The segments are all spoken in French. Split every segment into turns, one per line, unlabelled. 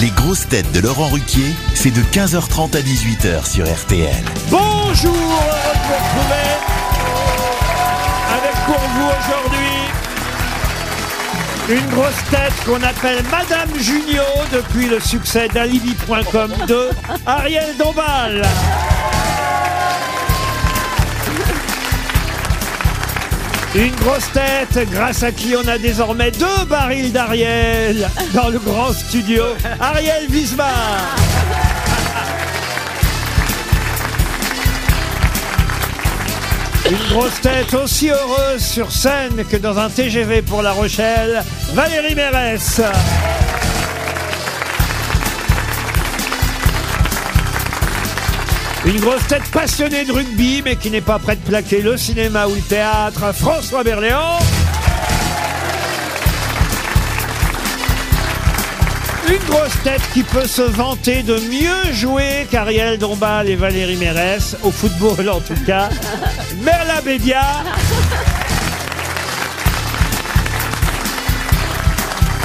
Les grosses têtes de Laurent Ruquier, c'est de 15h30 à 18h sur RTL.
Bonjour, heureux de vous retrouver avec pour vous aujourd'hui une grosse tête qu'on appelle Madame Junio depuis le succès d'Alibi.com 2, Ariel Dombal. Une grosse tête grâce à qui on a désormais deux barils d'Ariel dans le grand studio, Ariel Wiesbach. Une grosse tête aussi heureuse sur scène que dans un TGV pour La Rochelle, Valérie Mérès. Une grosse tête passionnée de rugby mais qui n'est pas prête de plaquer le cinéma ou le théâtre, François Berléand. Une grosse tête qui peut se vanter de mieux jouer qu'Ariel Dombal et Valérie Mérès, au football en tout cas, Merla Bédia.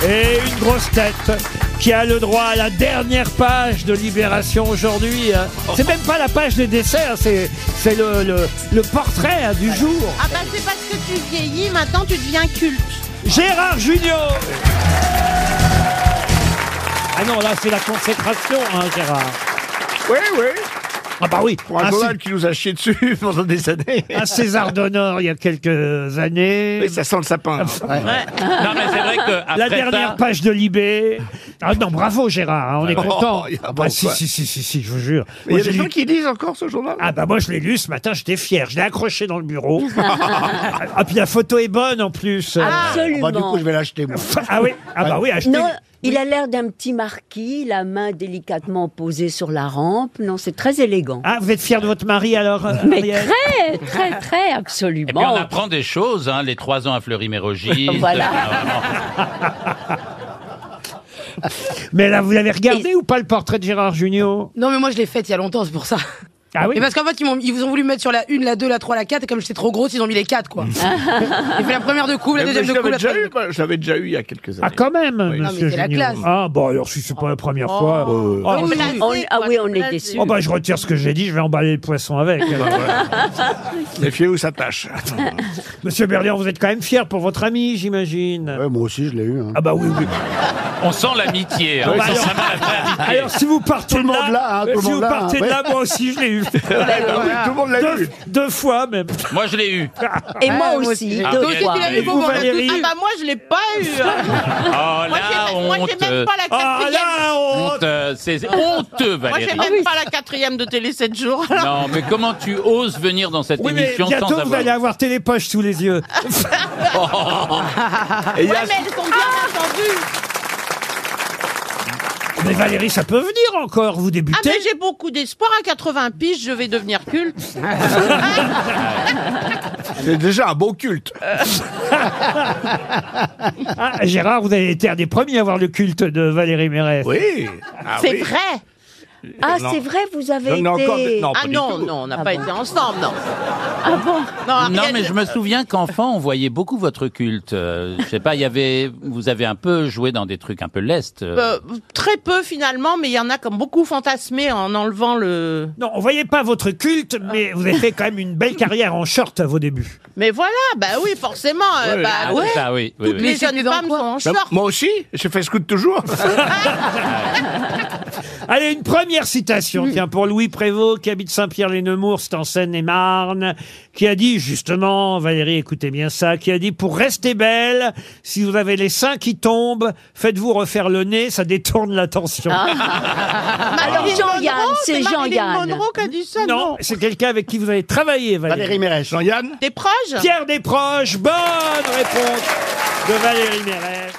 Et une grosse tête qui a le droit à la dernière page de Libération aujourd'hui. hein. C'est même pas la page des desserts, c'est c'est le, le- le portrait hein, du jour.
Ah bah c'est parce que tu vieillis, maintenant tu deviens culte.
Gérard Junior Ah non, là c'est la consécration, hein, Gérard.
Oui, oui.
Ah bah oui,
Pour un
un,
journal qui nous a chié dessus pendant des années.
Cé- un César d'honneur il y a quelques années.
Oui, ça sent le sapin. hein.
Non, mais Ben, c'est vrai que après
La dernière
ça,
page de Libé. Ah non, bravo Gérard, hein, on est
Oh,
content.
y a
Ah
pas
bah
de
si,
quoi.
si, si, si, si, je vous jure.
Il y
Moi,
a
j'ai
des gens
lu-
qui lisent encore ce journal
Ah bah moi je l'ai lu ce matin, j'étais fier, je l'ai accroché dans le bureau. ah puis la photo est bonne en plus.
Absolument.
vais l'acheter, moi.
Ah oui, ah bah oui, achetez.
Ah. Non, il a l'air d'un petit marquis, la main délicatement posée sur la rampe. Non, c'est très élégant.
Ah, vous êtes fier de votre mari alors euh,
Mais
Ariel
très,
Et
très, très,
puis eh on
absolument.
apprend des choses, hein, les trois ans à Fleury-Mérogis. Ah,
Voilà.
Mais là, vous l'avez regardé ou pas le portrait de Gérard Junior
Non, mais moi je l'ai faite il y a longtemps, c'est pour ça.
Ah oui
Mais parce qu'en fait, ils, m'ont- ils vous ont voulu mettre sur la 1, la 2, la 3, la 4, et comme j'étais trop grosse, ils ont mis les 4, quoi. J'ai fait la première de couple,
Je
la deuxième de
l'avais
couple, la
déjà
troisième.
eu, moi. Je l'avais déjà eu il y a quelques
Ah
années.
quand même,
Oui.
Ah, mais
monsieur
c'est la
Junio.
classe. Oh.
Ah bon, alors si c'est pas la première fois...
Euh,
Ah,
Oui,
je-
mais la-
On- ah oui, on est déçus.
Oh bah je retire ce que j'ai dit, je vais emballer le poisson avec.
Méfiez-vous, ça tâche.
Monsieur Berlian, vous êtes quand même fier pour votre ami, j'imagine.
moi aussi, je l'ai eu. hein.
Ah bah oui, oui.
on sent l'amitié. hein, on
bah
sent
alors-
vraiment la vraie amitié.
Alors si vous partez
le
de
monde là, hein, Ah, tout le
si
monde
vous
là, hein,
partez de
ouais.
là, moi aussi je l'ai eu.
Ah, bah Tout le monde l'a eu.
deux, deux fois même.
Moi, je l'ai eu.
Et
Ah,
moi
moi
aussi,
aussi.
Ah,
deux
ok.
fois.
Qu'est-ce qu'il a eu,
Et vous,
Bobo
Valérie
Ah bah moi je l'ai pas eu.
Oh
Moi
là,
j'ai moi, j'ai
honte.
même pas la
Ah
quatrième.
là, on...
honte, euh, C'est c'est honteux,
moi
Valérie.
j'ai même pas la quatrième de Télé 7 jours. alors.
Ah Non, mais comment tu oses venir dans cette
Oui mais
émission sans
bientôt vous
avoir...
allez avoir télépoche sous les yeux.
Et il y
Ouais,
a-
Ah, mais elles sont bien entendues.
Mais Valérie, ça peut venir encore, vous
Ah
débutez.
mais j'ai beaucoup d'espoir à 80 piges, je vais devenir culte.
C'est déjà un bon culte.
Ah, Gérard, vous avez été un des premiers à avoir le culte de Valérie Mérès.
Oui. Ah
c'est
oui.
vrai.
Ah,
Non.
c'est vrai, vous avez
Non, non,
été...
encore des- non.
Ah
pas du
non,
tout.
non, on n'a
Ah
pas
bon.
été ensemble, non. Ah bon Non,
Non,
Ariel-
mais je me souviens qu'enfant, on voyait beaucoup votre culte. Euh, je sais pas, il y avait, vous avez un peu joué dans des trucs un peu lest. euh.
Euh, très peu finalement, mais il y en a comme beaucoup fantasmé en enlevant le.
Non, on voyait pas votre culte, mais vous avez fait quand même une belle carrière en short à vos débuts.
Mais voilà, bah oui, forcément. euh,
Ouais,
bah
Ah,
ouais.
ça, oui, oui, oui.
Les
Mais
jeunes
c'était dans
femmes sont
quoi
en
Ben,
short.
moi aussi, j'ai fait scout toujours.
Allez, une première citation, tiens, pour Louis Prévost, qui habite Saint-Pierre-les-Nemours, c'est en Seine-et-Marne, qui a dit, justement, Valérie, écoutez bien ça, qui a dit, pour rester belle, si vous avez les seins qui tombent, faites-vous refaire le nez, ça détourne l'attention.
Bah, Alors,
Marilyn
Jean-Yann,
Ah. Monroe,
c'est Jean-Yann.
Marilyn Monroe qui a dit ça, non,
non, c'est quelqu'un avec qui vous avez travaillé, Valérie.
Mérès. Jean-Yann
T'es proche
Pierre Desproges, bonne réponse de Valérie Mérès.